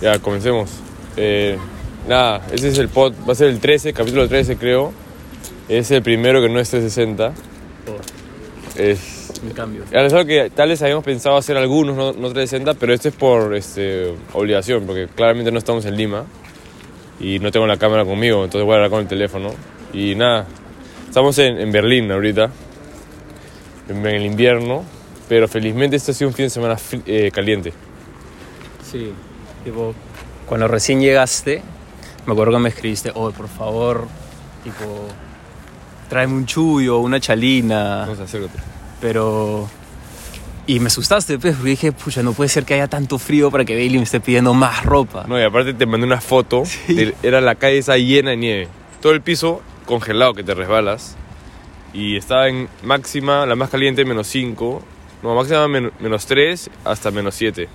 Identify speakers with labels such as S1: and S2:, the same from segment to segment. S1: Ya, comencemos. Eh, nada, ese es el pod, va a ser el 13, capítulo 13 creo. Es el primero que no es 360. Es,
S2: En cambio.
S1: a pesar que tal vez habíamos pensado hacer algunos, no, no 360, pero este es por este, obligación, porque claramente no estamos en Lima y no tengo la cámara conmigo, entonces voy a hablar con el teléfono. Y nada, estamos en, en Berlín ahorita, en, el invierno, pero felizmente este ha sido un fin de semana fri- eh, caliente.
S2: Sí. Tipo, cuando recién llegaste, me acuerdo que me escribiste, oh, por favor, tipo, tráeme un chullo, una chalina.
S1: Vamos a hacer otro.
S2: Pero. Y me asustaste, pues, porque dije, pucha, no puede ser que haya tanto frío para que Bailey me esté pidiendo más ropa.
S1: No, y aparte te mandé una foto. de- era la calle esa llena de nieve. Todo el piso congelado que te resbalas. Y estaba en máxima, la más caliente, menos 5. No, máxima men- menos 3 hasta menos 7.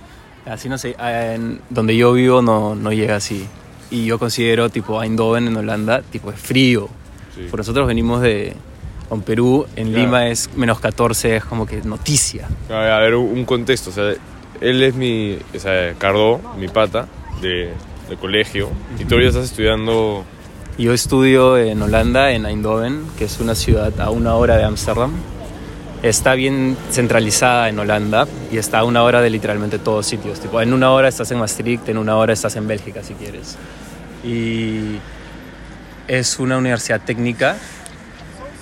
S2: Así no sé, ah, en donde yo vivo no, no llega así. Y yo considero, tipo, Eindhoven en Holanda, tipo, es frío.
S1: Sí.
S2: Por nosotros venimos de. En Perú, en
S1: Claro.
S2: Lima es menos 14, es como que noticia.
S1: A ver, a ver, un un contexto. O sea, él es mi. O sea, Cardó, mi pata, de, de colegio. Y tú ya estás estudiando.
S2: Yo estudio en Holanda, en Eindhoven, que es una ciudad a una hora de Ámsterdam. Está bien centralizada en Holanda y está a una hora de literalmente todos sitios. Tipo, en una hora estás en Maastricht, en una hora estás en Bélgica si quieres. Y es una universidad técnica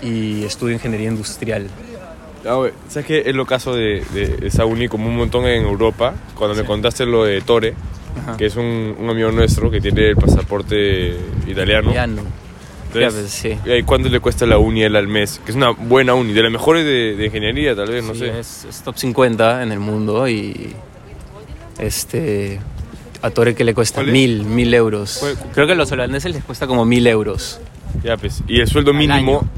S2: y estudio ingeniería industrial.
S1: Ah, güey, ¿Sabes qué es lo caso de, de esa uni como un montón en Europa? Cuando me contaste lo de Tore,
S2: Ajá.
S1: Ah. que es un, un amigo nuestro que tiene el pasaporte italiano.
S2: Ya no. Ya, pues,
S1: Entonces,
S2: sí.
S1: ¿y ¿Cuánto le cuesta la uni a él al mes? Que es una buena uni, de las mejores de, de ingeniería tal vez, no
S2: Sí,
S1: sé.
S2: Es, es top 50 en el mundo y este a Torre que le cuesta
S1: ¿Cuál es?
S2: mil, mil euros.
S1: ¿Cuál-
S2: Creo que a los holandeses les cuesta como mil euros.
S1: Ya, pues, y el sueldo
S2: Al
S1: mínimo
S2: año.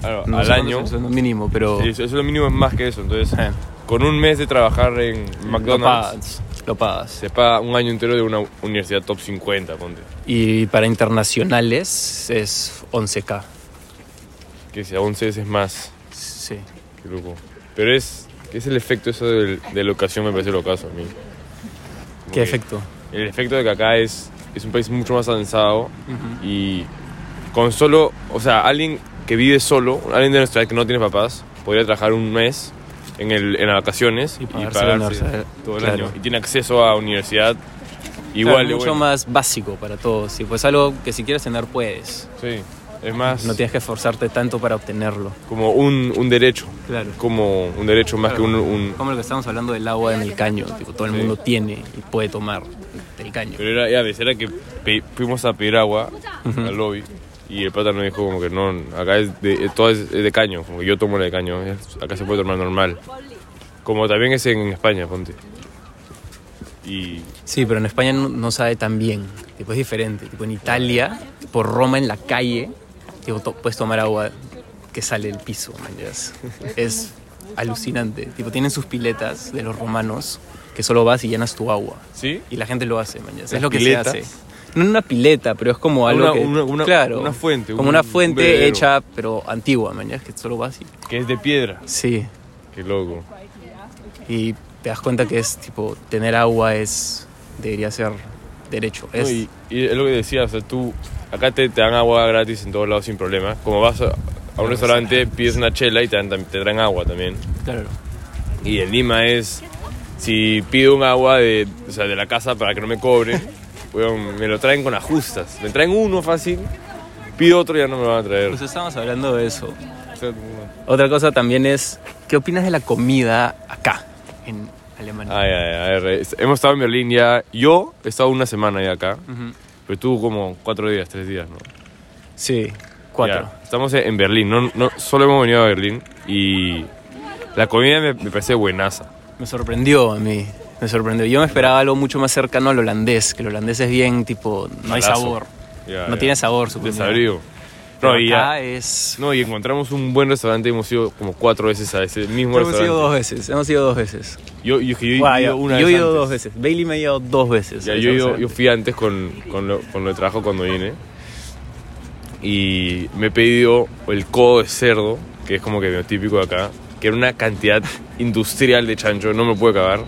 S1: claro,
S2: No
S1: al
S2: sé cuánto es
S1: año,
S2: el sueldo mínimo, pero
S1: el, el sueldo mínimo es más que eso. Entonces,
S2: Eh.
S1: con un mes de trabajar en
S2: lo
S1: McDonald's,
S2: pagas. Lo pagas.
S1: se paga un año entero de una universidad top 50, ponte.
S2: Y para internacionales es 11k.
S1: Que si a 11 veces más.
S2: Sí.
S1: Qué loco. Pero es, es el efecto eso del- de la ocasión, me parece lo caso a mí. Como
S2: ¿Qué
S1: que
S2: efecto?
S1: El efecto de que acá es, es un país mucho más avanzado y con solo, o sea, alguien que vive solo, alguien de nuestra edad que no tiene papás, podría trabajar un mes en, el, en las vacaciones y,
S2: pagarse la
S1: pagarse
S2: universidad,
S1: todo el
S2: claro.
S1: año. Y tiene acceso a universidad
S2: Claro,
S1: igual.
S2: es
S1: de
S2: mucho
S1: bueno.
S2: más básico para todos. Y pues algo que si quieres tener puedes.
S1: Sí, es más
S2: No tienes que esforzarte tanto para obtenerlo.
S1: como un, un derecho.
S2: Claro.
S1: Como un derecho más que un, un-
S2: Como lo que estamos hablando del agua en el caño, tipo, todo el
S1: Sí.
S2: mundo tiene y puede tomar del caño.
S1: Pero era, ya ves, era que pe- fuimos a pedir agua al lobby y el pata nos dijo como que no, acá es de, eh, todo es de caño, como que yo tomo la de caño, es- acá se puede tomar normal. Como también es en España, ponte. Y
S2: Sí, pero en España no, no sabe tan bien, tipo, es diferente. Tipo, en Italia, por Roma en la calle, tipo, to- puedes tomar agua que sale del piso, man, ya es- Es alucinante. Tipo, tienen sus piletas de los romanos que solo vas y llenas tu agua.
S1: sí,
S2: Y la gente lo hace, man, ya es
S1: ¿Las
S2: lo que
S1: piletas?
S2: se hace. No en una pileta, pero es como algo
S1: Una-
S2: que-
S1: una- una-
S2: claro,
S1: una fuente,
S2: Como
S1: un-
S2: una
S1: un bebedero.
S2: fuente hecha, pero antigua, man, ya es que solo vas y...
S1: que es de piedra.
S2: Sí,
S1: Qué loco.
S2: y te das cuenta que es tipo tener agua es debería ser derecho
S1: No,
S2: es
S1: y, y es lo que decía, o sea, tú acá te, te dan agua gratis en todos lados sin problema. Como vas a, a un restaurante, pides una chela y te, dan tam- te traen agua también.
S2: claro
S1: Y en Lima es, si pido un agua de, o sea, de la casa para que no me cobre, weón, me lo traen con ajustas. Me traen uno fácil, pido otro y ya no me lo van a traer.
S2: pues estamos hablando de eso otra cosa también es qué opinas de la comida acá en Alemania
S1: Ay, ay, ay, re- hemos estado en Berlín ya, yo he estado una semana ya acá,
S2: Ujú.
S1: pero tú como cuatro días, tres días, ¿no?
S2: sí cuatro
S1: Ah. Ya, estamos en Berlín, no, no, solo hemos venido a Berlín y la comida me, me parece buenaza.
S2: me sorprendió a mí me sorprendió yo me esperaba algo mucho más cercano al holandés que el holandés es bien tipo no hay
S1: Salazo.
S2: sabor
S1: Ya,
S2: no
S1: ya.
S2: tiene sabor su comida
S1: Desabrido.
S2: Pero
S1: No, y ya-
S2: acá es
S1: No, y encontramos un buen restaurante, hemos ido como cuatro veces a ese mismo
S2: hemos ido dos
S1: restaurante.
S2: veces hemos ido dos veces
S1: Yo, yo, que yo he
S2: Guau,
S1: ido
S2: yo,
S1: una
S2: yo he
S1: vez
S2: ido
S1: antes.
S2: dos veces Bailey me ha ido dos veces
S1: Ya,
S2: a
S1: yo, he
S2: ese
S1: ido-
S2: restaurante.
S1: yo fui antes con, con, lo, con lo de trabajo cuando vine y me he pedido el codo de cerdo, que es como que lo típico de acá, que era una cantidad industrial de chancho, no me pude acabar,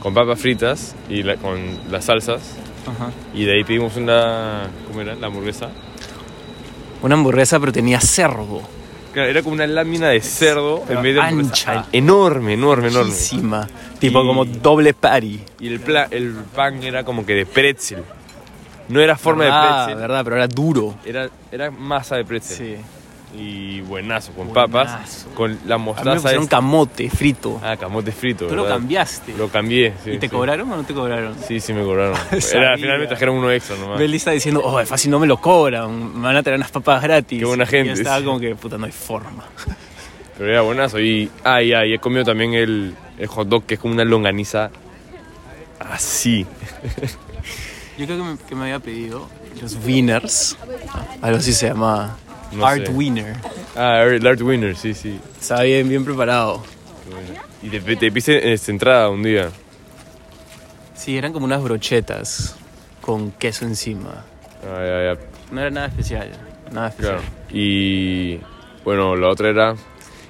S1: con papas fritas y la- con las salsas
S2: Ajá.
S1: Y de ahí pedimos una. ¿Cómo era? La hamburguesa.
S2: Una hamburguesa, pero tenía cerdo.
S1: Claro, era como una lámina de cerdo
S2: Pero
S1: en medio de hamburguesa.
S2: ancha.
S1: An- Enorme, enorme, enorme.
S2: Encima. Tipo
S1: Y-
S2: como doble patty.
S1: Y el, pla- el pan era como que de pretzel. No era forma
S2: Ah,
S1: de pretzel.
S2: verdad, pero era duro.
S1: Era, era masa de pretzel.
S2: Sí.
S1: Y buenazo, con
S2: Buenazo.
S1: papas, con la
S2: A mí me
S1: mostaza.
S2: pusieron
S1: esta.
S2: camote frito.
S1: Ah, camote frito.
S2: Tú lo
S1: ¿verdad?
S2: cambiaste.
S1: Lo cambié. sí,
S2: ¿Y
S1: sí.
S2: te cobraron o no te cobraron?
S1: Sí, sí me cobraron. Era,
S2: Sabía.
S1: al final me trajeron uno extra nomás.
S2: Beli está diciendo, oh, fácil no me lo cobran, me van a traer unas papas gratis.
S1: Qué buena gente.
S2: Y yo estaba como que, puta, no hay forma.
S1: Pero era buenazo. Y, ah, y, ah, y he comido también el, el hot dog, que es como una longaniza así.
S2: Yo creo que me, que me había pedido los winners, algo así se llama,
S1: No
S2: Art
S1: sé.
S2: Winner.
S1: Ah, el Art Winner, sí, sí.
S2: Estaba bien, bien preparado.
S1: Qué bueno. Y te, te pise esta entrada un día.
S2: Sí, eran como unas brochetas con queso encima.
S1: Ah, ya, ya.
S2: No era nada especial, nada especial.
S1: Claro. Y bueno, la otra era.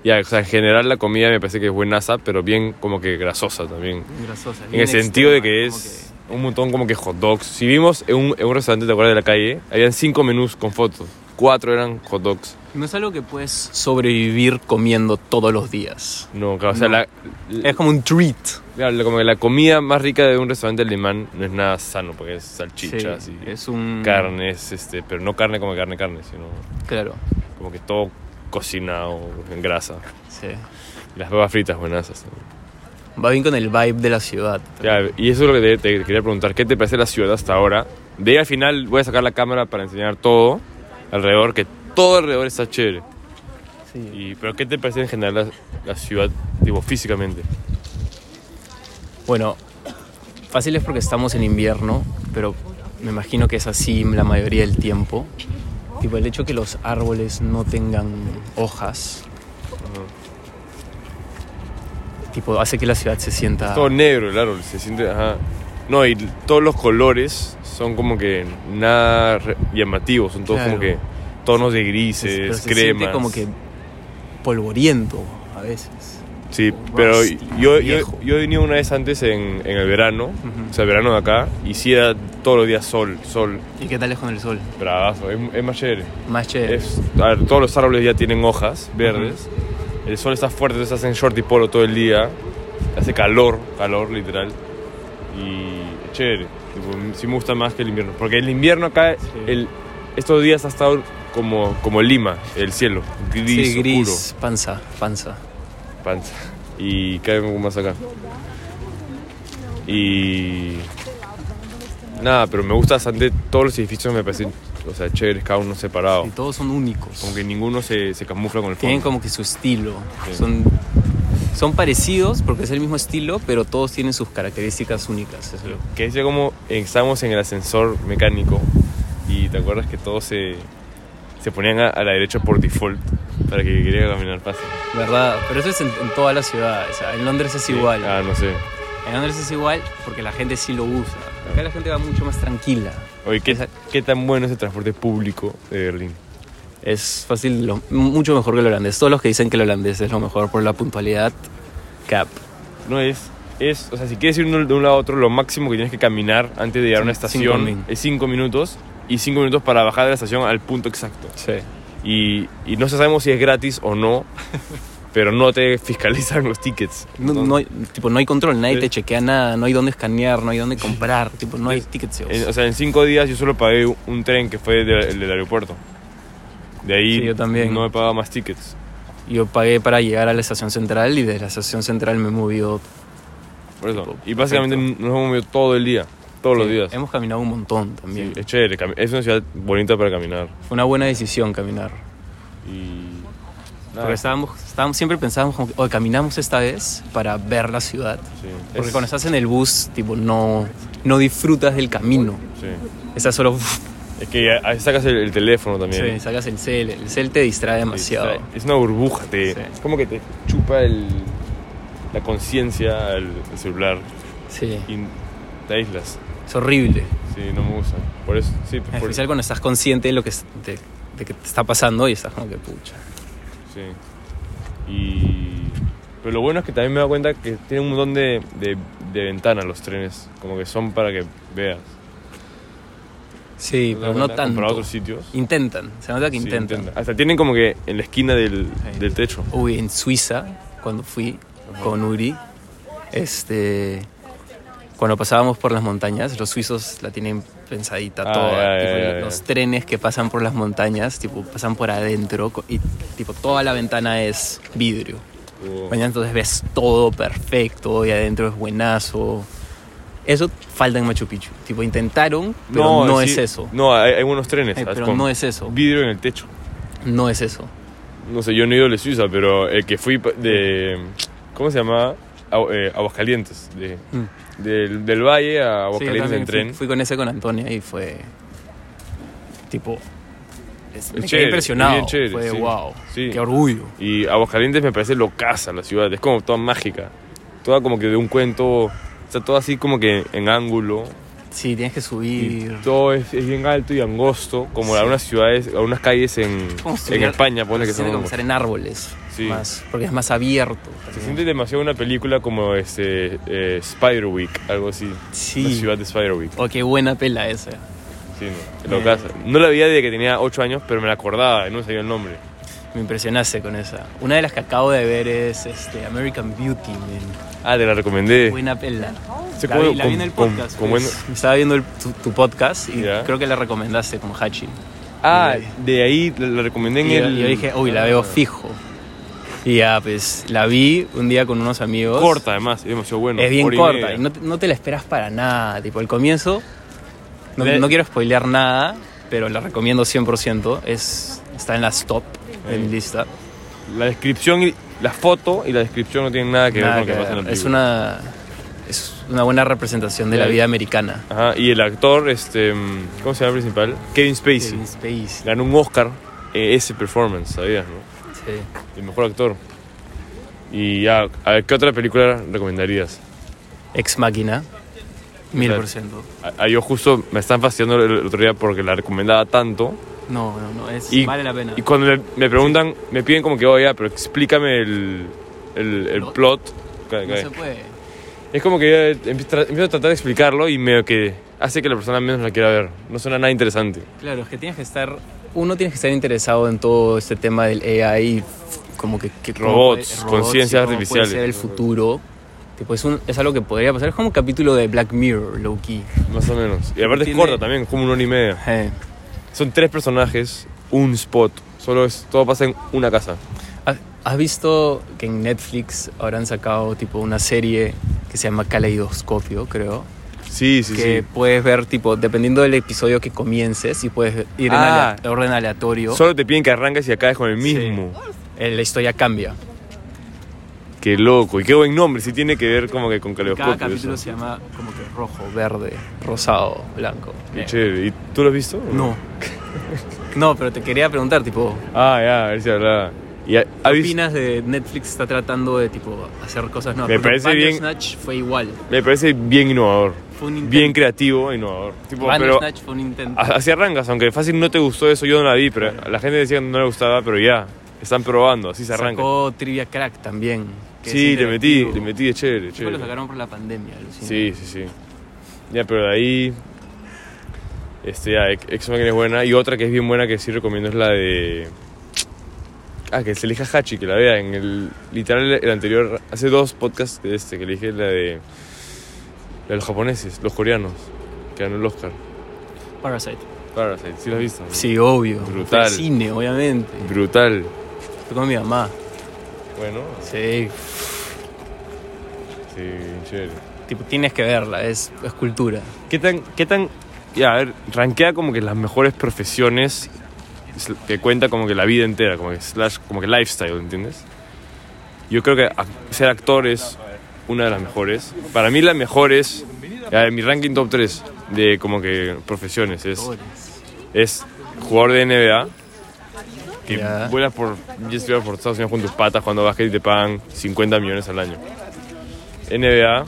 S1: Ya, o sea, en general la comida me parece que es buenaza, pero bien como que grasosa también.
S2: Grasosa.
S1: En el sentido de que es un montón como que hot dogs. Si vimos en un, en un restaurante, ¿te acuerdas de la calle? Habían cinco menús con fotos. Cuatro eran hot dogs.
S2: No es algo que puedes sobrevivir comiendo todos los días.
S1: No, claro, o sea,
S2: No.
S1: la,
S2: Es como un treat.
S1: claro, la- como que la comida más rica de un restaurante alemán no es nada sano, porque es salchichas
S2: Sí,
S1: y
S2: es un...
S1: carnes, este, pero no carne como carne, carne, sino
S2: Claro,
S1: como que todo cocinado en grasa.
S2: sí.
S1: Y las papas fritas buenazas. también.
S2: Va bien con el vibe de la ciudad.
S1: Ya, y eso es lo que te, te quería preguntar. ¿Qué te parece la ciudad hasta ahora? De ahí al final voy a sacar la cámara para enseñar todo alrededor, que todo alrededor está chévere.
S2: Sí.
S1: Y, pero ¿qué te parece en general la, la ciudad, digo, físicamente?
S2: Bueno, fácil es porque estamos en invierno, pero me imagino que es así la mayoría del tiempo. Tipo, el hecho que los árboles no tengan hojas, tipo, hace que la ciudad se sienta...
S1: Todo negro el árbol, se siente... Ajá. No, y todos los colores son como que nada re- llamativos, son todos como que
S2: Claro.
S1: tonos de
S2: se- pero
S1: grises,
S2: se
S1: cremas.
S2: siente como que polvoriento a veces.
S1: Sí,
S2: Como
S1: pero
S2: rusty,
S1: yo, yo,
S2: viejo.
S1: yo he venido una vez antes en, en el verano, o sea, el verano de acá, y sí era todos los días sol, sol,
S2: ¿Y qué tal es con el sol?
S1: bravazo, es, es más chévere.
S2: Más chévere.
S1: Es- a ver, todos los árboles ya tienen hojas verdes, el sol está fuerte, entonces hacen short y polo todo el día, hace calor, calor literal, y es chévere, tipo, sí me gusta más que el invierno, porque el invierno acá, el, estos días ha estado como, como Lima, el cielo, gris,
S2: sí, gris,
S1: oscuro,
S2: panza, panza.
S1: panza. Y cae un poco más acá. Y. Nada, pero me gusta bastante. Todos los edificios me parecen, o sea, chéveres, cada uno separado.
S2: Y todos son únicos.
S1: Oh. Como que ninguno se, se camufla con el
S2: Tienen
S1: fondo.
S2: como que su estilo.
S1: Sí.
S2: Son, son parecidos porque es el mismo estilo, pero todos tienen sus características únicas. eso es lo-
S1: Que es ya como estamos en el ascensor mecánico y te acuerdas que todos se, se ponían a, a la derecha por default para que quería caminar fácil.
S2: ¿Verdad? Pero eso es en, en toda la ciudad. o sea, en Londres es igual.
S1: Ah, no sé.
S2: En Londres es igual porque la gente sí lo usa. Acá la gente va mucho más tranquila.
S1: Oye, ¿qué,
S2: Esa-
S1: ¿qué tan bueno es el transporte público de Berlín?
S2: Es fácil, lo- mucho mejor que el holandés. Todos los que dicen que el holandés es lo mejor por la puntualidad, cap.
S1: No es. Es, o sea, si quieres ir de un lado a otro, lo máximo que tienes que caminar antes de llegar a una
S2: Cinco
S1: estación
S2: min.
S1: es 5 minutos y 5 minutos para bajar de la estación al punto exacto.
S2: Sí.
S1: Y, y no sabemos si es gratis o no, pero no te fiscalizan los tickets.
S2: No, no hay, tipo, no hay control, nadie
S1: Sí.
S2: te chequea nada, no hay dónde escanear, no hay dónde comprar, tipo, no hay ticket sales.
S1: En- o sea, en 5 días Eh, yo solo pagué un tren que fue del, el del aeropuerto. De ahí
S2: Sí, yo también.
S1: no he pagado más tickets.
S2: Yo pagué para llegar a la estación central y desde la estación central me he movido.
S1: Por eso.
S2: Tipo,
S1: Y básicamente nos hemos movido todo el día, todos los
S2: Sí,
S1: días.
S2: Hemos caminado un montón
S1: Sí,
S2: también.
S1: es chévere, cami- es una ciudad bonita para caminar.
S2: Fue una buena decisión caminar.
S1: Y. nada,
S2: Porque estábamos, estábamos, siempre pensábamos como que, "Oye, caminamos esta vez para ver la ciudad.
S1: sí,
S2: Porque
S1: es-
S2: cuando estás en el bus, tipo, no, no disfrutas del camino.
S1: sí.
S2: Estás solo,
S1: Es que ya- ahí sacas el, el teléfono también.
S2: sí, sacas el cel, el cel te distrae demasiado.
S1: Es- Es una burbuja, te,
S2: Sí.
S1: es como que te chupa el, la conciencia al al celular
S2: Sí,
S1: y te aíslas.
S2: es horrible.
S1: Sí, no me gusta. Por eso, sí,
S2: En
S1: por,
S2: especial cuando estás consciente de lo que, es- de, de que te está pasando y estás como que pucha.
S1: sí. Y, pero lo bueno es que también me he dado cuenta que tienen un montón de, de, de ventanas los trenes, como que son para que veas.
S2: Sí, pero no
S1: Para
S2: tanto.
S1: otros sitios.
S2: Intentan, se nota que
S1: Sí,
S2: intentan.
S1: intentan. Hasta tienen como que en la esquina del,
S2: Sí.
S1: del techo.
S2: Uy, en Suiza, cuando fui con Uri, este, cuando pasábamos por las montañas, los suizos la tienen pensadita
S1: Ah,
S2: toda.
S1: ya,
S2: tipo,
S1: ya, ya,
S2: los
S1: ya.
S2: trenes que pasan por las montañas, tipo, pasan por adentro co- y tipo toda la ventana es vidrio.
S1: Wow.
S2: Mañana entonces ves todo perfecto y adentro es buenazo. Eso falta en Machu Picchu. Tipo, intentaron, pero no,
S1: sí,
S2: es eso.
S1: No, hay, hay unos trenes.
S2: Ay,
S1: ¿sabes?
S2: pero
S1: Con
S2: no es eso.
S1: Vidrio en el techo.
S2: No es eso.
S1: No sé, yo no he ido a la Suiza, pero el que fui pa- de. ¿Cómo se llamaba? Agu- eh, Aguascalientes. De,
S2: Mm.
S1: del, del Valle a
S2: Sí, yo
S1: Aguascalientes
S2: también
S1: en
S2: fui-
S1: tren.
S2: Fui, con ese con Antonia y fue. Tipo. es- me quedé
S1: chévere,
S2: impresionado.
S1: bien chévere,
S2: fue
S1: sí,
S2: wow.
S1: sí.
S2: Qué orgullo.
S1: Y Aguascalientes me parece locaza la ciudad, es como toda mágica. Toda como que de un cuento, está todo así como que en ángulo.
S2: Sí, tienes que
S1: Y
S2: subir.
S1: todo es, es bien alto y angosto, como algunas ciudades, algunas calles en,
S2: Como si
S1: en
S2: hubiera-
S1: España, pone que
S2: Se tiene
S1: son
S2: que
S1: angostas.
S2: comenzar en árboles.
S1: Sí.
S2: Más, porque es más abierto.
S1: Se
S2: también.
S1: siente demasiado una película como este, eh, Spiderwick, algo así. La
S2: Sí.
S1: ciudad de Spiderwick.
S2: Oh, qué buena pela esa.
S1: Sí, no, Eh. locaza. No la vi desde que tenía 8 años, pero me la acordaba y no me sabía el nombre.
S2: Me impresionaste con esa. Una de las que acabo de ver es este, American Beauty. man.
S1: Ah, te la recomendé.
S2: Buena pela.
S1: Sí,
S2: la,
S1: como-
S2: vi, la vi en el
S1: con-
S2: podcast.
S1: con- con
S2: pues.
S1: buen-
S2: Estaba viendo el- tu, tu podcast y
S1: Ya.
S2: creo que la recomendaste con Hachi.
S1: Ah, de ahí la, la recomendé en
S2: Y yo,
S1: el... Ah,
S2: yo dije, uy, la veo fijo. Y ya, pues la vi un día con unos amigos.
S1: Corta, además, es demasiado bueno.
S2: es bien
S1: hora y
S2: corta.
S1: media.
S2: Y no, te- no te la esperas para nada. Tipo, el comienzo. No,
S1: Le-
S2: no quiero spoilear nada, pero la recomiendo 100%. Es, está en las top de
S1: Ahí.
S2: mi lista.
S1: La descripción, y, la foto y la descripción no tienen nada que
S2: Nada
S1: ver con lo
S2: que
S1: que pasa en
S2: ver.
S1: la
S2: es,
S1: película.
S2: una, es una buena representación de la
S1: Ya.
S2: vida americana.
S1: Ajá, y el actor, este, mm, ¿cómo se llama el principal? Kevin Spacey.
S2: Kevin Spacey,
S1: Ganó un Oscar eh, ese performance, ¿sabías, no?
S2: sí.
S1: El mejor actor. Y ya, a ver, ¿qué otra película recomendarías?
S2: Ex máquina. Mil
S1: Claro.
S2: por ciento.
S1: A- a- Ah, yo justo me están fastidiando el, el otro día porque la recomendaba tanto.
S2: No, no, no. Es,
S1: Y-
S2: vale la pena.
S1: Y cuando me, me preguntan, me piden como que, oye, pero explícame el, el, el
S2: Plot.
S1: plot. Cae,
S2: no
S1: cae.
S2: se puede.
S1: Es como que eh, empiezo, a- empiezo a tratar de explicarlo y medio que hace que la persona menos la quiera ver. No suena nada interesante.
S2: Claro, es que tienes que estar. Uno tiene que estar interesado en todo este tema del AI, como que. que cómo
S1: Robots,
S2: puede- robots
S1: conciencias
S2: y cómo puede
S1: artificiales.
S2: ser el futuro. Tipo, es, un- es algo que podría pasar. Es como un capítulo de Black Mirror, low key.
S1: Más o menos. Y aparte es
S2: Tiene-
S1: corta también, como una hora y media. Son tres personajes, un spot. Solo es, todo pasa en una casa.
S2: ¿Has, has visto que en Netflix ahora han sacado tipo una serie que se llama Caleidoscopio, creo?
S1: Sí, sí,
S2: que puedes ver, tipo, dependiendo del episodio que comiences, y puedes ir
S1: Ah.
S2: en alea- orden aleatorio,
S1: sí. Solo te piden que arranques y acabes con el
S2: Sí.
S1: mismo.
S2: eh, la historia cambia.
S1: Qué loco. Y qué buen nombre. Sí tiene que ver como que con caleidoscopio.
S2: Cada capítulo
S1: eso.
S2: se llama como que rojo, verde, rosado, blanco. Eh,
S1: Qué chévere. ¿Y tú lo has visto?
S2: No. No, pero te quería preguntar, tipo,
S1: Ah, ya, a ver si hablaba. ¿Y ha, ha
S2: ¿qué
S1: visto-
S2: opinas de Netflix está tratando de tipo hacer cosas nuevas?
S1: Me
S2: Porque
S1: parece bien-
S2: Bandersnatch fue igual.
S1: Me parece bien innovador.
S2: Fue un intento.
S1: Bien creativo e innovador. Tipo, pero
S2: Bandersnatch fue un intento.
S1: a- así arrancas, aunque fácil no te gustó eso, yo no la vi, pero la gente decía que no le gustaba, pero ya, están probando, así se arranca.
S2: Sacó Trivia Crack también. que
S1: Sí,
S2: es
S1: le metí,
S2: interactivo.
S1: le metí, es chévere,
S2: Tipo, lo
S1: chévere.
S2: sacaron por la pandemia, alucina.
S1: Sí, sí, sí. Ya, pero de ahí. Este, ya, Ex Ex Machina es buena. Y otra que es bien buena que sí recomiendo es la de. Ah, que se elija Hachi, que la vea. En el. Literal, el anterior. Hace dos podcasts de este que le dije la de. La de los japoneses, los coreanos. Que ganó el Oscar.
S2: Parasite.
S1: Parasite, sí lo has visto.
S2: Sí, obvio.
S1: Brutal.
S2: Fue cine, obviamente.
S1: Brutal.
S2: Fue con mi mamá.
S1: Bueno,
S2: Sí.
S1: sí, bien chévere.
S2: Tipo, tienes que verla, es, es cultura.
S1: ¿Qué tan, qué tan, ya, a ver, rankea como que las mejores profesiones sl- que cuenta como que la vida entera, como que slash, como que lifestyle, ¿entiendes? Yo creo que ac- ser actor es una de las mejores. Para mí la mejor es, ya, en mi ranking top 3 de como que profesiones es, es jugador de NBA, que
S2: Ya.
S1: vuelas por, y estuvieras por Estados Unidos con tus patas cuando básquet y te pagan 50 millones al año. NBA,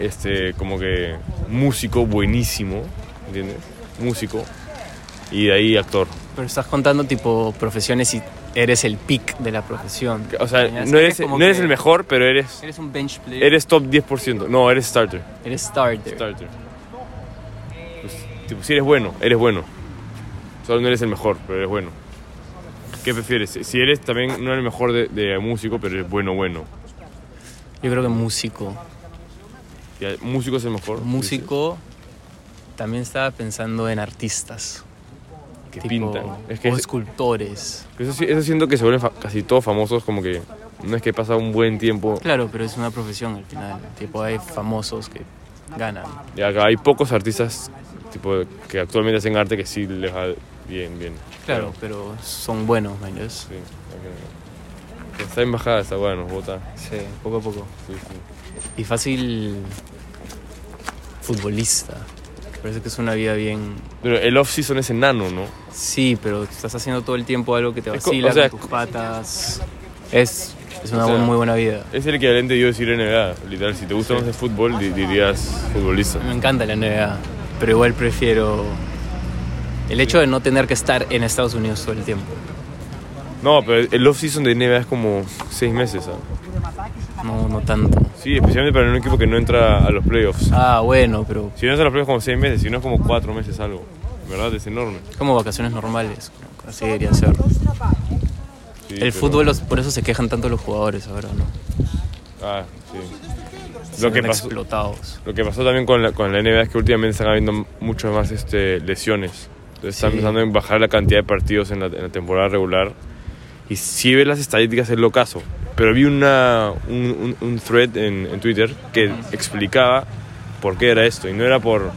S1: este, como que músico buenísimo, ¿entiendes? Músico. Y de ahí actor.
S2: Pero estás contando tipo profesiones y eres el pick de la profesión.
S1: O sea,
S2: Ya,
S1: no eres,
S2: como
S1: no eres
S2: que-
S1: el mejor, pero eres,
S2: Eres un bench player.
S1: eres top 10%. No, eres starter.
S2: Eres starter.
S1: Starter. Pues, Tipo, si eres bueno, eres bueno. Solo no eres el mejor, pero eres bueno. ¿Qué prefieres? Si eres también, no eres el mejor de, de músico, pero eres bueno, bueno.
S2: Yo creo que músico.
S1: Ya, ¿Músico es el mejor?
S2: Músico, también estaba pensando en artistas.
S1: Que
S2: tipo,
S1: pintan. Es que
S2: o
S1: es-
S2: escultores.
S1: que eso, sí- eso siento que se vuelven fa- casi todos famosos, como que no es que pasa un buen tiempo.
S2: Claro, pero es una profesión al final. Tipo, hay famosos que ganan.
S1: Y acá hay pocos artistas tipo, que actualmente hacen arte que sí les va bien, bien.
S2: Claro, pero son buenos, ¿me entiendes?
S1: Sí, ok. Está en bajada esta bueno, bota.
S2: Sí, poco a poco.
S1: Sí, sí.
S2: Y fácil futbolista. Parece que es una vida bien...
S1: Pero el off-season es enano, ¿no?
S2: Sí, pero estás haciendo todo el tiempo algo que te
S1: Es co-
S2: vacila
S1: o sea,
S2: con tus patas. Es, es una
S1: o sea,
S2: muy buena vida.
S1: Es el equivalente yo decir NBA, literal. Si te gusta más el fútbol, di- dirías futbolista.
S2: Me encanta la NBA, pero igual prefiero el hecho de no tener que estar en Estados Unidos todo el tiempo.
S1: No, pero el off-season de NBA es como seis meses, ¿sabes?
S2: No, no tanto.
S1: Sí, especialmente para un equipo que no entra a los playoffs.
S2: Ah, bueno, pero
S1: Si no entra a los playoffs como seis meses, si no es como cuatro meses algo. ¿Verdad? Es enorme.
S2: como vacaciones normales, así debería ser.
S1: Sí,
S2: El
S1: pero-
S2: fútbol, los- por eso se quejan tanto los jugadores ahora, ¿no?
S1: Ah, sí.
S2: Se
S1: Lo que
S2: ven
S1: pasó...
S2: explotados.
S1: Lo que pasó también con la, con la NBA es que últimamente están habiendo muchas más este, lesiones. Entonces están
S2: Sí.
S1: empezando a bajar la cantidad de partidos en la, en la temporada regular. Y si ves las estadísticas es lo caso. Pero vi una, un, un- un thread en, en Twitter que explicaba por qué era esto. Y no era por,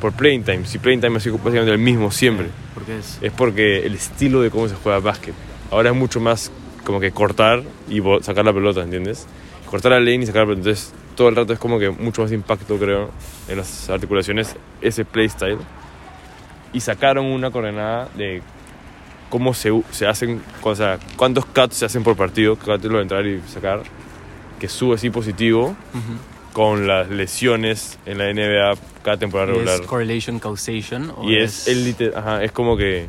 S1: por playing time. Si playing time ha sido básicamente el mismo siempre.
S2: Porque es
S1: Es porque el estilo de cómo se juega básquet. Ahora es mucho más como que cortar y bo- sacar la pelota, ¿entiendes? Cortar la lane y sacar la pelota. Entonces, todo el rato es como que mucho más impacto, creo, en las articulaciones, ese playstyle. Y sacaron una coordenada de cómo se, u- se hacen, o sea, cuántos cuts se hacen por partido, cuántos lo de entrar y sacar, que sube así positivo con las lesiones en la NBA cada temporada regular.
S2: ¿Es correlation causation o
S1: Y es, el liter- ajá, es como que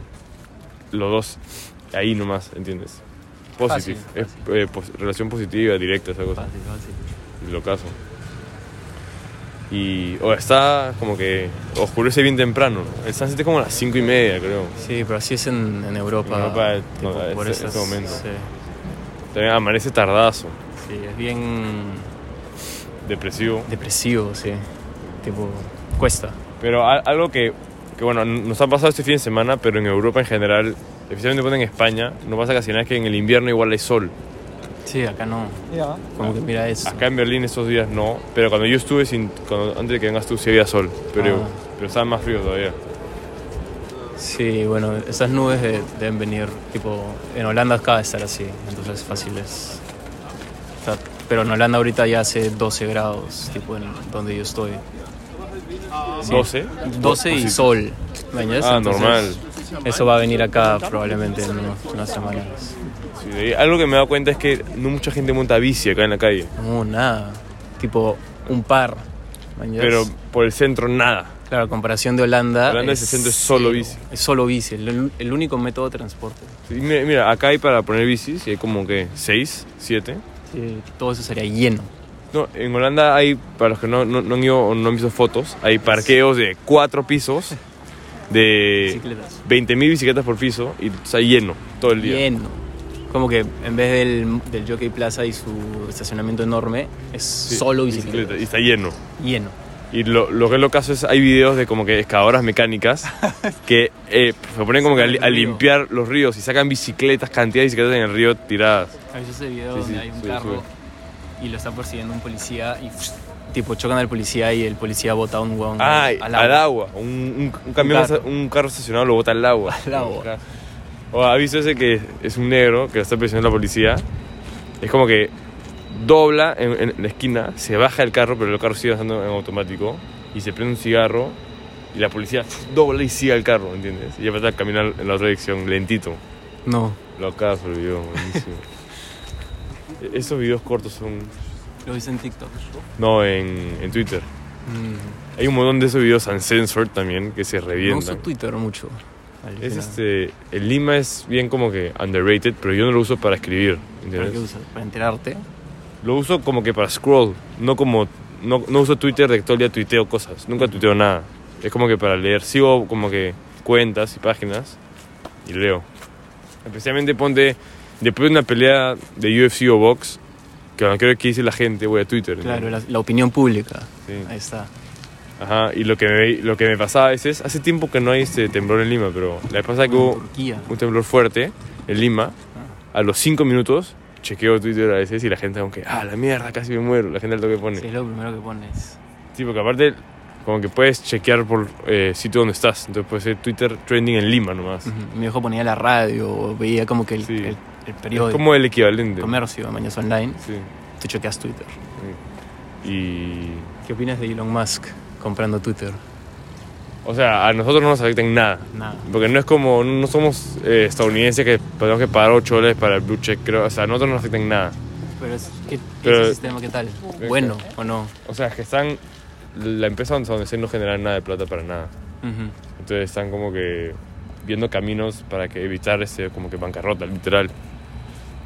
S1: los dos ahí nomás, ¿entiendes? Positive,
S2: Fácil,
S1: es eh, pos- relación positiva, directa, esa cosa,
S2: Fácil, fácil.
S1: lo caso. Y o está como que oscurece bien temprano, ¿no? el sunset es como a las 5 y media, creo.
S2: Sí, pero así es en, en Europa.
S1: En Europa, no, es-
S2: por
S1: en
S2: estas-
S1: este momento.
S2: Sí,
S1: También amanece tardazo,
S2: sí, es bien
S1: depresivo.
S2: depresivo, sí. Tipo, cuesta.
S1: Pero a- algo que, que, bueno, n- nos ha pasado este fin de semana, pero en Europa en general, especialmente cuando en España, no pasa casi nada, es que en el invierno igual hay sol.
S2: Sí, acá no. Como que mira eso.
S1: Acá en Berlín estos días no, pero cuando yo estuve, sin, cuando- antes de que vengas tú, sí había sol, pero,
S2: Ah.
S1: pero estaba más frío todavía.
S2: Sí, bueno, esas nubes de- deben venir, tipo, en Holanda acaba de estar así, entonces fácil es... o sea, pero en Holanda ahorita ya hace 12 grados, tipo, en donde yo estoy. Sí.
S1: 12.
S2: 12 y
S1: Positivo.
S2: sol. ¿me entiendes?
S1: Ah,
S2: Entonces,
S1: normal.
S2: Eso va a venir acá probablemente en unos- unas semanas.
S1: Sí, de ahí- algo que me he dado cuenta es que no mucha gente monta bici acá en la calle,
S2: No, nada. Tipo, un par. ¿me entiendes?
S1: pero por el centro nada.
S2: Claro, comparación de Holanda.
S1: Holanda es el centro, es solo
S2: Ah,
S1: bici.
S2: cero. Es solo bici, el, el único método de transporte.
S1: Sí, mira, mira, acá hay para poner bicis, y hay como que 6, 7.
S2: Sí, todo eso sería lleno.
S1: No, en Holanda hay, para los que no, no, no han ido o no han visto fotos, hay parqueos de 4 pisos, de
S2: Bicicletas.
S1: 20.000 bicicletas por piso y está lleno todo el día.
S2: Lleno. Como que en vez del, del Jockey Plaza y su estacionamiento enorme, es
S1: Sí,
S2: solo
S1: bicicleta,
S2: bicicleta.
S1: Y está lleno.
S2: Lleno.
S1: Y lo, lo que es lo caso es, hay videos de como que excavadoras mecánicas que eh, se ponen como que a, li- a limpiar los ríos y sacan bicicletas, cantidad de bicicletas en el río tiradas.
S2: A veces ese video
S1: Sí,
S2: donde
S1: sí,
S2: hay un
S1: sube,
S2: carro
S1: sube.
S2: y lo está persiguiendo un policía y tipo chocan al policía y el policía bota un huevón
S1: Ay,
S2: Ah, al
S1: al,
S2: agua.
S1: agua. Un, un- un camión,
S2: Un carro.
S1: esta- un carro estacionado lo bota al agua.
S2: Al agua.
S1: O ha visto ese que es un negro que lo está presionando la policía. Es como que dobla en, en la esquina, se baja el carro, pero el carro sigue avanzando en automático. Y se prende un cigarro y la policía dobla y sigue al carro, ¿entiendes? Y empieza a caminar en la otra dirección, lentito.
S2: No,
S1: Lo acabas el video, buenísimo. E- Esos videos cortos son.
S2: lo hice en TikTok.
S1: No, en, en Twitter.
S2: Mm,
S1: Hay un montón de esos videos uncensored también que se
S2: No
S1: revientan.
S2: uso Twitter mucho. al
S1: Es
S2: final.
S1: este. El Lima es bien como que underrated, pero yo no lo uso para escribir.
S2: ¿Para qué
S1: ¿Entiendes?
S2: usas? ¿Para enterarte?
S1: Lo uso como que para scroll, no como. No, no uso Twitter de que todo el día tuiteo cosas, nunca tuiteo nada. Es como que para leer. Sigo como que cuentas y páginas y leo. Especialmente ponte, después de una pelea de UFC o box, que no creo que dice la gente, voy a Twitter. ¿no?
S2: Claro, la, la opinión pública.
S1: Sí.
S2: Ahí está.
S1: Ajá, y lo que me, lo que me pasaba es, es, hace tiempo que no hay este temblor en Lima, pero la vez pasada que
S2: En
S1: hubo
S2: Turquía.
S1: un temblor fuerte en Lima, a los 5 minutos chequeo Twitter a veces y la gente como que, ah, la mierda, casi me muero, la gente al toque pone.
S2: Sí, es lo primero que pones.
S1: Sí, porque aparte como que puedes chequear por eh, sitio donde estás, entonces puede ser Twitter trending en Lima nomás.
S2: Ujú. Mi viejo ponía la radio, o veía como que el,
S1: Sí.
S2: el- el
S1: Es
S2: periódico,
S1: como el equivalente.
S2: el comercio, mañas online.
S1: Sí.
S2: Tú chequeas Twitter.
S1: Y...
S2: ¿Qué opinas de Elon Musk comprando Twitter?
S1: O sea, a nosotros no nos afecta en nada.
S2: Nada.
S1: Porque no es como, no somos eh, estadounidenses que tenemos que pagar 8 dólares para el blue check, creo. O sea, a nosotros no nos afecta en nada.
S2: Pero es, ¿qué, qué
S1: Pero-
S2: es el sistema? ¿Qué tal? ¿Bueno o no?
S1: O sea, es que están, la empresa donde donde se no generan nada de plata para nada.
S2: Ujú.
S1: Entonces están como que viendo caminos para que evitar este, como que bancarrota, literal.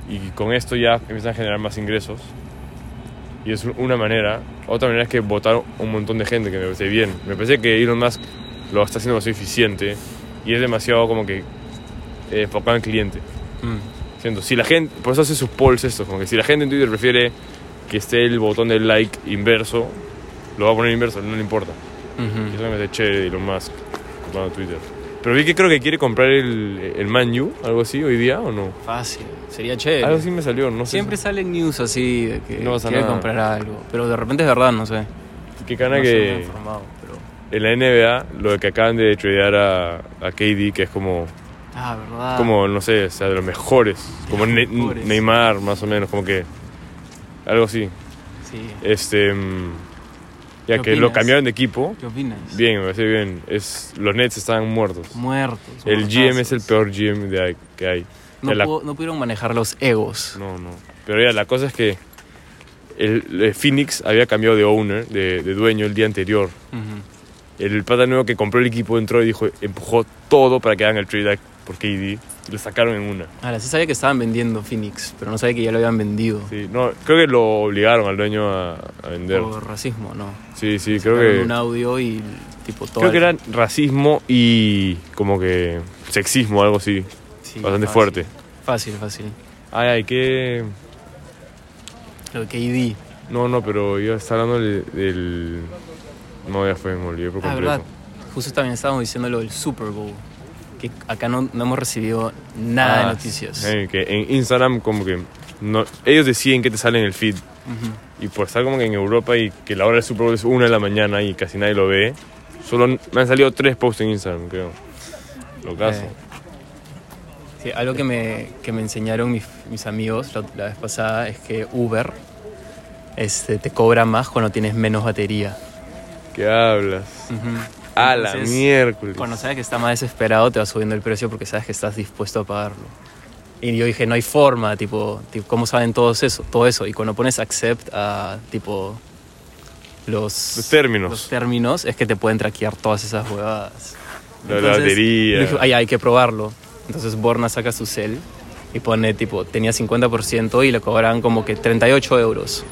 S1: Y con esto ya empiezan a generar más ingresos. Y es una manera. Otra manera es que votar un montón de gente, que me parece bien. Me parece que Elon Musk lo está haciendo demasiado eficiente y es demasiado como que eh, enfocado en cliente.
S2: Mm.
S1: Siento, si la gente, por eso hace sus polls estos, como que si la gente en Twitter prefiere que esté el botón del like inverso, lo va a poner inverso, no le importa.
S2: Ujú.
S1: Eso me parece chévere Elon Musk comprando Twitter. Pero vi que creo que quiere comprar el, el Man U, algo así, hoy día o no.
S2: Fácil. Sería
S1: Algo
S2: chévere.
S1: así me salió, no sé.
S2: Eh, Siempre salen news así de que
S1: No pasa
S2: quiere
S1: nada.
S2: comprar algo. Pero de repente es verdad, no sé.
S1: Qué cana
S2: no estoy muy
S1: que
S2: informado, pero...
S1: en la NBA lo que acaban de tradear a, a KD, que es como,
S2: Ah, verdad.
S1: como, no sé, o sea, de los mejores. Como Ne-
S2: mejores.
S1: Neymar, más o menos, como que. Algo así.
S2: Sí.
S1: Este. mm, Ya
S2: ¿Qué
S1: que lo
S2: opinas?
S1: cambiaron de equipo.
S2: ¿Qué opinas?
S1: Bien, me parece bien. Es, los Nets están muertos.
S2: Muertos.
S1: El GM es el
S2: muertazos.
S1: peor GM de ahí- que hay.
S2: No,
S1: De la-
S2: pudo- no pudieron manejar los egos.
S1: No, no. Pero ya, la cosa es que el, el Phoenix había cambiado de owner, de, de dueño, el día anterior.
S2: Ujú.
S1: El pata nuevo que compró el equipo entró y dijo, empujó todo para que hagan el trade por KD. Y lo sacaron en una.
S2: Ahora, sí sabía que estaban vendiendo Phoenix, pero no sabía que ya lo habían vendido.
S1: Sí, no, creo que lo obligaron al dueño a, a vender.
S2: Por racismo, ¿no?
S1: Sí, sí, creo
S2: Sacaron un
S1: que...
S2: audio y tipo todo.
S1: Creo que eran racismo y como que sexismo, algo así. bastante fuerte.
S2: Fácil, fácil.
S1: Ay, ay, qué...
S2: Lo de Ah, KD.
S1: No, no, pero yo estaba hablando del... del- No, ya fue, me olvidé por
S2: Ah,
S1: completo.
S2: verdad. Justo también estábamos diciendo lo del Super Bowl. Que acá no, no hemos recibido nada
S1: Ah,
S2: de noticias.
S1: sí, que en Instagram como que no, ellos deciden qué te sale en el feed.
S2: Ujú.
S1: Y por estar como que en Europa y que la hora del Super Bowl es una de la mañana y casi nadie lo ve, solo me han salido tres posts en Instagram, creo. Lo caso.
S2: Eh, sí, algo que me, que me enseñaron mis, mis amigos la, la vez pasada es que Uber este, te cobra más cuando tienes menos batería.
S1: ¿Qué hablas? A la
S2: Entonces,
S1: miércoles.
S2: Cuando sabes que está más desesperado, te va subiendo el precio porque sabes que estás dispuesto a pagarlo. Y yo dije, no hay forma, tipo, tipo, ¿cómo saben todos eso, todo eso? Y cuando pones accept a, tipo, los,
S1: Los términos.
S2: los términos, es que te pueden traquear todas esas huevadas.
S1: Lo de la batería.
S2: yo dije, "Ay, hay que probarlo. Entonces Borna saca su cel y pone, tipo, tenía 50% y le cobraban como que 38 euros.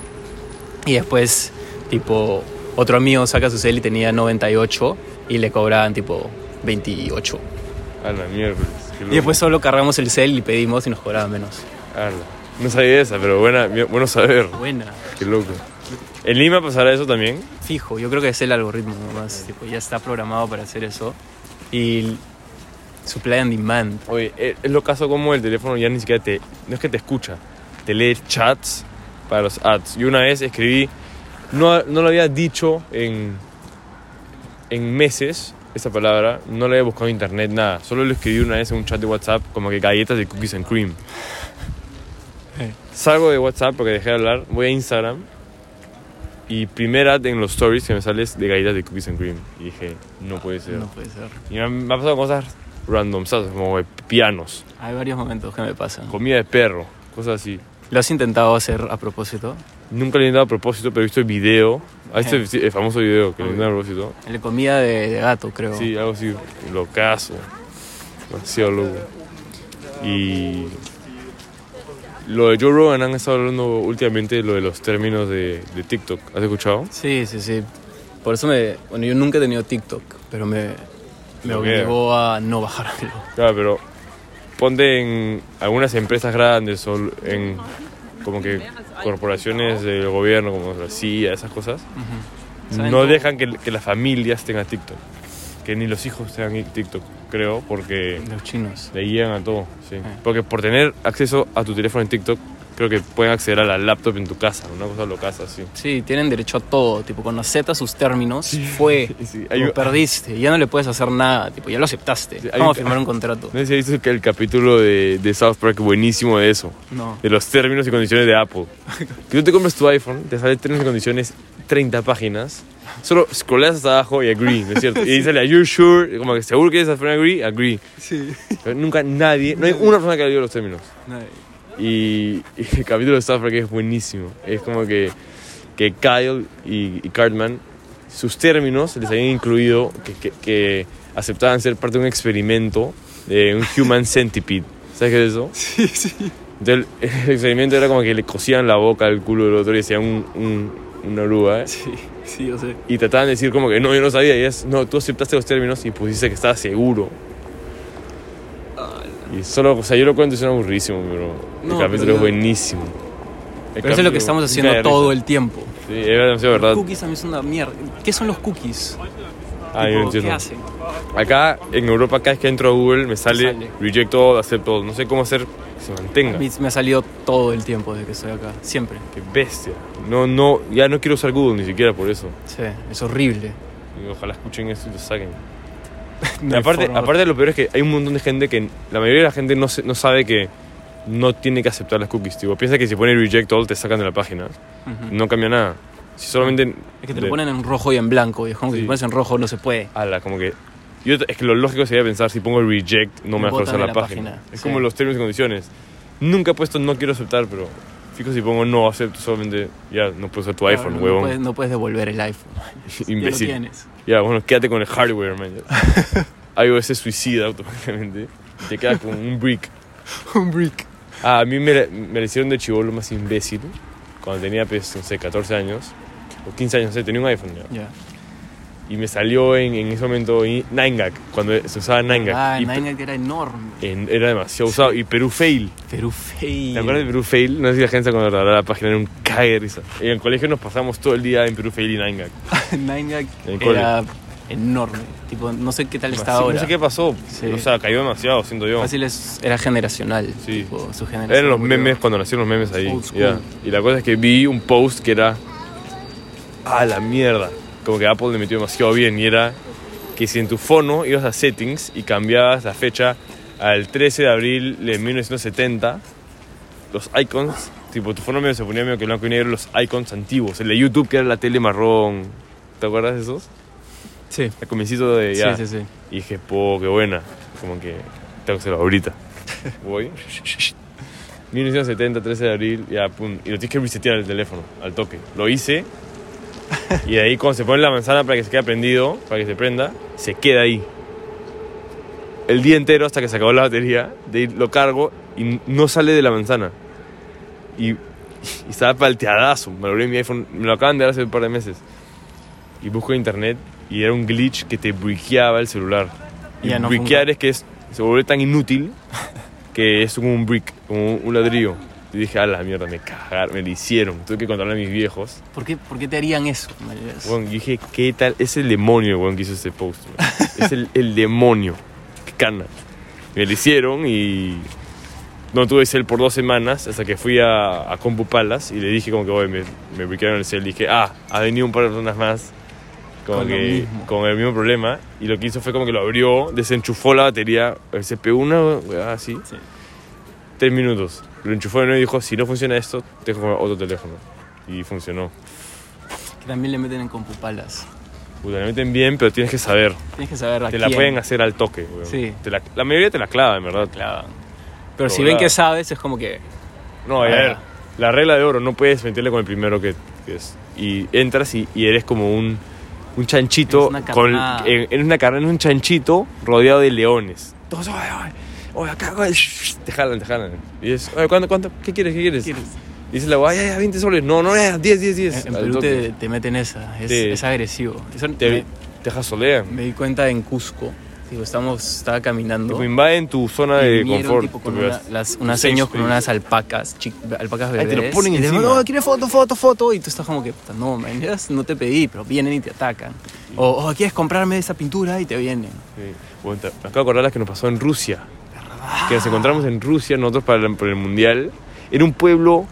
S2: Y después, tipo, otro amigo saca su cel y tenía 98 y le cobraban tipo 28.
S1: A la miércoles. qué
S2: Y
S1: loco.
S2: después solo cargamos el cel y pedimos y nos cobraban menos.
S1: Ala. No sabía esa, pero buena, bien- bueno saber.
S2: Buena.
S1: Qué loco. ¿En Lima pasará eso también?
S2: Fijo, yo creo que es el algoritmo nomás. Tipo, ya está programado para hacer eso. Y supply and demand.
S1: Oye, eh, es lo caso como el teléfono ya ni siquiera te... No es que te escucha, te lee chats para los ads. Yo una vez escribí, no, no lo había dicho en, en meses, esa palabra, no la había buscado en internet, nada. Solo lo escribí una vez en un chat de WhatsApp, como que galletas de cookies and cream.
S2: Eh.
S1: Salgo de WhatsApp porque dejé de hablar, voy a Instagram y primera en los stories que me sales de galletas de cookies and cream. Y dije, no puede ser.
S2: No puede ser.
S1: Y me, han- me ha pasado cosas random, ¿sabes? como de pianos,
S2: Hay varios momentos que me pasan.
S1: comida de perro, cosas así.
S2: ¿Lo has intentado hacer a propósito?
S1: Nunca le he dado a propósito, pero he visto el video. Ah, este es el famoso video que le he dado a propósito.
S2: El de comida de, de gato, creo.
S1: Sí, algo así, locazo. Demasiado loco. Y. Lo de Joe Rogan han estado hablando últimamente de lo de los términos de, de TikTok. ¿Has escuchado?
S2: Sí, sí, sí. Por eso me. Bueno, yo nunca he tenido TikTok, pero me, me
S1: Lo
S2: obligó a no bajármelo.
S1: Claro, pero ponte en algunas empresas grandes o en como que corporaciones del gobierno, como la CIA, esas cosas,
S2: ¿Saben
S1: no
S2: cómo?
S1: dejan que, que las familias tengan TikTok, que ni los hijos tengan TikTok, creo, porque
S2: Los chinos.
S1: le guían a todo, sí. Porque por tener acceso a tu teléfono en TikTok, creo que pueden acceder a la laptop en tu casa, una cosa loca, así.
S2: Sí, tienen derecho a todo. Tipo, cuando aceptas sus términos, fue.
S1: Sí, hay-
S2: Lo perdiste. Ya no le puedes hacer nada. Tipo, ya lo aceptaste.
S1: Sí, hay
S2: Vamos
S1: un-
S2: a firmar un contrato.
S1: No sé si has visto que el capítulo de, de South Park buenísimo de eso.
S2: No.
S1: de los términos y condiciones de Apple. Que tú te compras tu iPhone, te sale términos y condiciones 30 páginas, solo scrollas hasta abajo y agree, ¿no es cierto? Y sale, are you sure? Como que seguro que es agree, agree.
S2: Sí.
S1: Pero nunca nadie, no hay una persona que leyó los términos.
S2: Nadie.
S1: Y, y el capítulo de South Park es buenísimo. Es como que, que Kyle y, y Cartman, sus términos les habían incluido que, que- que aceptaban ser parte de un experimento de un human centipede. ¿Sabes qué es eso? Sí, sí. Entonces el, el experimento era como que le cosían la boca al culo del otro y hacían un, un- una oruga. ¿eh?
S2: Sí, sí, yo sé.
S1: Y trataban de decir como que no, yo no sabía. Y es, no, tú aceptaste los términos y pusiste que estabas seguro. Y solo, o sea, yo lo cuento y suena aburrísimo, pero el
S2: Ah, No,
S1: capítulo
S2: pero
S1: es
S2: no.
S1: buenísimo. El
S2: Pero eso es lo
S1: capítulo
S2: que estamos
S1: me
S2: haciendo
S1: cae de
S2: todo
S1: risa.
S2: el tiempo.
S1: Sí, es demasiado verdad.
S2: Cookies también son una mierda. ¿Qué son los cookies?
S1: Ah, yo
S2: Tipo,
S1: no
S2: ¿Qué
S1: entiendo.
S2: hacen?
S1: Acá en Europa, cada vez que entro a Google, me sale,
S2: sale.
S1: reject all, accept all. No sé cómo hacer que se mantenga.
S2: Me me ha salido todo el tiempo desde que estoy acá. Siempre.
S1: Qué bestia. No, no, ya no quiero usar Google ni siquiera por eso.
S2: Sí, es horrible.
S1: Y ojalá escuchen esto y lo saquen. Y
S2: No hay
S1: aparte,
S2: forma.
S1: aparte lo peor es que hay un montón de gente que la mayoría de la gente no, se- no sabe que no tiene que aceptar las cookies. Tipo, piensa que si pone reject all te sacan de la página.
S2: Mm. Ujú.
S1: No cambia nada. Si solamente...
S2: Es que te
S1: de-
S2: lo ponen en rojo y en blanco. Y es como que
S1: Sí.
S2: si pones en rojo no se puede.
S1: Ala, como que... Yo, es que lo lógico sería pensar, si pongo reject, no me
S2: Me
S1: va a
S2: botan
S1: usar
S2: de
S1: la,
S2: la
S1: página.
S2: página,
S1: Es
S2: sí.
S1: como los términos y condiciones. Nunca he puesto no quiero aceptar, pero... Fijo, si pongo no acepto, solamente... Ya, no puedo usar tu
S2: Claro,
S1: iPhone,
S2: no,
S1: huevón.
S2: puedes, no puedes devolver el iPhone.
S1: Imbécil.
S2: Ya lo tienes.
S1: Ya, bueno, quédate con el hardware, man. Ya. iOS se suicida automáticamente. Y Te quedas con un brick.
S2: Un brick.
S1: Ah, a mí me, me la hicieron de chivolo más imbécil. Cuando tenía, pues, no sé, 14 años. O 15 años, no sé, tenía un iPhone ya.
S2: Ya.
S1: Y me salió en, en ese momento i- 9gag. Cuando se usaba 9gag.
S2: Ah,
S1: Y
S2: el Nine Gag era enorme.
S1: pe- en- era demasiado usado. Y Perú Fail.
S2: Perú fail.
S1: ¿Te acuerdas de Perú Fail? No sé si la gente se acordará la página. Era un cague de risa. En el colegio nos pasamos todo el día en Perú Fail y 9gag.
S2: Nine Gag
S1: En el cole.
S2: era enorme. Tipo, no sé qué tal está
S1: Así-
S2: ahora.
S1: No sé qué pasó.
S2: Sí.
S1: O sea, cayó demasiado, siento yo.
S2: Fácil es, era generacional.
S1: Sí.
S2: tipo, su generación.
S1: Eran los
S2: murió.
S1: memes cuando nacieron los memes ahí.
S2: Old school.
S1: ya. Y la cosa es que vi un post que era. ¡Ah, la mierda! Como que Apple le metió demasiado bien. Y era que si en tu fono ibas a settings y cambiabas la fecha al 13 de abril de 1970, los icons, tipo tu fono medio se ponía medio que blanco y negro, los icons antiguos. El de YouTube que era la tele marrón. ¿Te acuerdas de esos?
S2: Sí.
S1: El comiencito de. ya.
S2: Sí, sí, sí.
S1: Y dije, po, qué buena. Como que tengo que hacerlo ahorita. Voy. 1970, 13 de abril, ya, pum. Y lo tienes que resetear el teléfono, al toque. Lo hice. Y de ahí, cuando se pone la manzana para que se quede prendido, para que se prenda, se queda ahí. El día entero hasta que se acabó la batería. De ahí lo cargo y no sale de la manzana. Y, y estaba palteadazo. Me lo abrí en mi iPhone. Me lo acaban de dar hace un par de meses y busco en internet y era un glitch que te briqueaba el celular. Y
S2: Ya, no
S1: briquear
S2: funca.
S1: es que es, se vuelve tan inútil que es como un brick, como un ladrillo. Y dije, a la mierda, me cagaron, me lo hicieron. Tuve que contarle a mis viejos.
S2: ¿Por qué, por qué te harían eso? Marías?
S1: Bueno, yo dije, ¿qué tal? Es el demonio, weón, que hizo este post. weón. Es el, el demonio. Qué cana. Me lo hicieron y no tuve cel por dos semanas hasta que fui a, a Compu Palace y le dije como que, oye, me, me briquearon el cel. Dije, ah, ha venido un par de personas más como
S2: Con lo
S1: que-
S2: mismo.
S1: con el mismo problema. Y lo que hizo fue como que lo abrió, desenchufó la batería, el CPU, una weá así.
S2: Sí.
S1: Tres minutos. Lo enchufó de nuevo y dijo, si no funciona esto, tengo que comprar otro teléfono. Y funcionó.
S2: Que también le meten en compupalas.
S1: Puta, le meten bien, pero tienes que saber.
S2: Tienes que saber a
S1: Te
S2: quién.
S1: la pueden hacer al toque, weón.
S2: Sí.
S1: Te la, la mayoría te la clava, en verdad.
S2: Clavan. Pero si
S1: Doblada.
S2: ven que sabes, es como que.
S1: No, a
S2: Ah.
S1: ver, la regla de oro, no puedes meterle con el primero que, que es. Y entras y, y eres como un, un chanchito.
S2: Eres una
S1: con,
S2: carnada.
S1: en, en una carrera, en un chanchito rodeado de leones. Todos, oye, oye, oye, acá, oye, shh, shh", te jalan, te jalan. Y es, oye, ¿cuánto, cuánto? ¿Qué quieres, qué quieres?
S2: ¿Quieres?
S1: dice la guay, ya, ya, 20 soles. No, no, ya, 10, 10, 10.
S2: En
S1: al
S2: Perú
S1: toque.
S2: te, te meten esa, es,
S1: Sí.
S2: es agresivo. Eso
S1: Te,
S2: me,
S1: te jasolean.
S2: me di cuenta en Cusco. Tipo, estamos, estaba caminando.
S1: Tipo, invaden tu zona
S2: y
S1: de
S2: vinieron,
S1: confort.
S2: tipo, con
S1: Tú
S2: una-
S1: veas.
S2: las, unas
S1: Safe
S2: seños con
S1: space.
S2: unas alpacas, chi- alpacas
S1: te
S2: bebés.
S1: lo ponen
S2: y les-
S1: encima.
S2: no, quiere foto, foto, foto. Y tú estás como que, puta, no, man, ya no te pedí, pero vienen y te atacan. O, oh, quieres comprarme esa pintura y te vienen.
S1: Sí. Bueno, te- me acabo de acordar las que nos pasó en Rusia. Que nos encontramos en Rusia, nosotros para el, por el Mundial. Era un pueblo.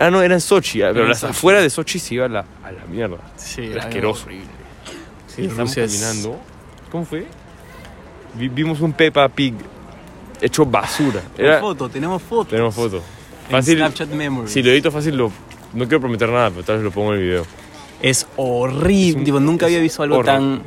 S1: Ah, no, era en Sochi. ah, Pero
S2: en
S1: las
S2: Sochi.
S1: afuera de Sochi se iba a la, a la mierda.
S2: Sí,
S1: Era
S2: algo
S1: asqueroso.
S2: horrible. Sí,
S1: Sí, estamos pues
S2: Rusia es-
S1: caminando. ¿Cómo fue? Vi- vimos un Peppa Pig hecho basura. Era,
S2: Foto, tenemos foto.
S1: tenemos foto.
S2: En
S1: Fácil.
S2: Snapchat Memories.
S1: Si lo edito fácil, lo, no quiero prometer nada, pero tal vez lo pongo en el video.
S2: Es horrible. Tipo, nunca había visto algo
S1: horror.
S2: tan.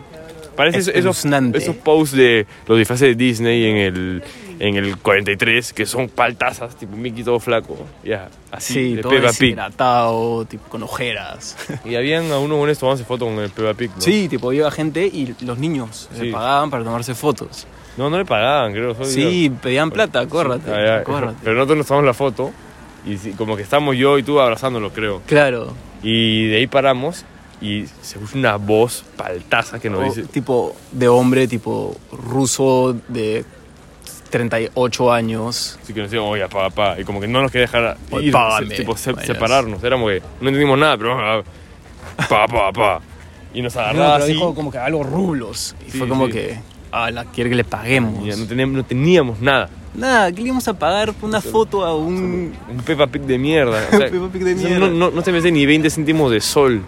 S1: Parece eso- esos,
S2: Espeluznante.
S1: esos posts de los disfraces de Disney en el, en el 43, que son paltazas, tipo Mickey todo flaco. Ya, así,
S2: Sí,
S1: de
S2: todo
S1: Peppa Pig.
S2: deshidratado, tipo, con ojeras.
S1: Y habían a unos buenos tomándose fotos con el Peppa Pig, ¿no?
S2: Sí, tipo, iba gente y los niños
S1: Sí.
S2: se pagaban para tomarse fotos.
S1: No, no le pagaban, creo. solo
S2: Sí, pedían plata,
S1: iba-
S2: córrate,
S1: Ah, ya.
S2: córrate.
S1: Pero nosotros nos tomamos la foto y sí, como que estamos yo y tú abrazándolo, creo.
S2: Claro.
S1: Y de ahí paramos y se puso una voz paltaza que nos
S2: O
S1: dice...
S2: tipo de hombre, tipo ruso de 38 años.
S1: Así que nos decían, oye, pa, pa. Y como que no nos quería dejar
S2: Oye,
S1: ir,
S2: págame,
S1: se- tipo, se-
S2: vainas.
S1: separarnos. Éramos que no entendimos nada, pero ah, pa, pa, pa. Y nos agarraba
S2: No, pero
S1: así.
S2: dijo como que algo rublos. Y
S1: Ah, Sí,
S2: fue como
S1: sí.
S2: que, ah, la quiere que le paguemos.
S1: Y ya no, teníamos, no teníamos nada.
S2: Nada, ¿qué le íbamos a pagar por una foto a un.
S1: Un Peppa Pig de mierda. o sea,
S2: Peppa Pig de
S1: o sea,
S2: mierda.
S1: No, no, no te metes ni 20 céntimos de sol.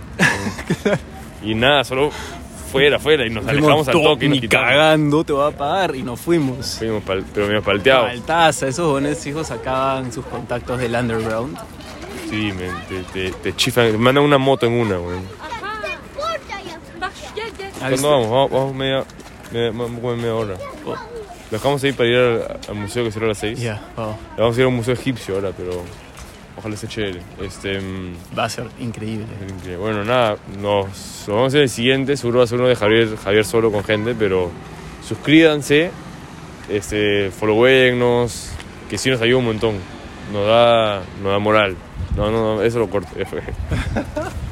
S1: y nada, solo fuera, fuera. Y nos alejamos al
S2: Fuimos,
S1: toque y nos
S2: Ni
S1: quitamos.
S2: cagando te va a pagar. Y nos fuimos.
S1: Fuimos pal- pero medio palteados.
S2: Faltaza, esos buenos hijos sacaban sus contactos del underground.
S1: Sí, men, te, te, te chifan. Te mandan una moto en una, güey.
S3: Ага, Баш, я здесь.
S1: ¿Cuándo
S2: ¿Ah, viste?
S1: vamos? Vamos, vamos media, media, vamos como en media hora.
S2: Oh,
S1: Dejamos ahí para ir al, al museo que cierra a las 6.
S2: ya, oh,
S1: Vamos a ir a un museo egipcio ahora, pero ojalá esté chévere. Este, mm,
S2: va a ser increíble.
S1: es increíble. bueno, nada, nos, nos vamos a ir al siguiente. Seguro va a ser uno de Javier, Javier solo con gente, pero suscríbanse, este, followennos, que sí nos ayuda un montón. Nos da, nos da moral. No, no, no, eso lo corto. ya fue.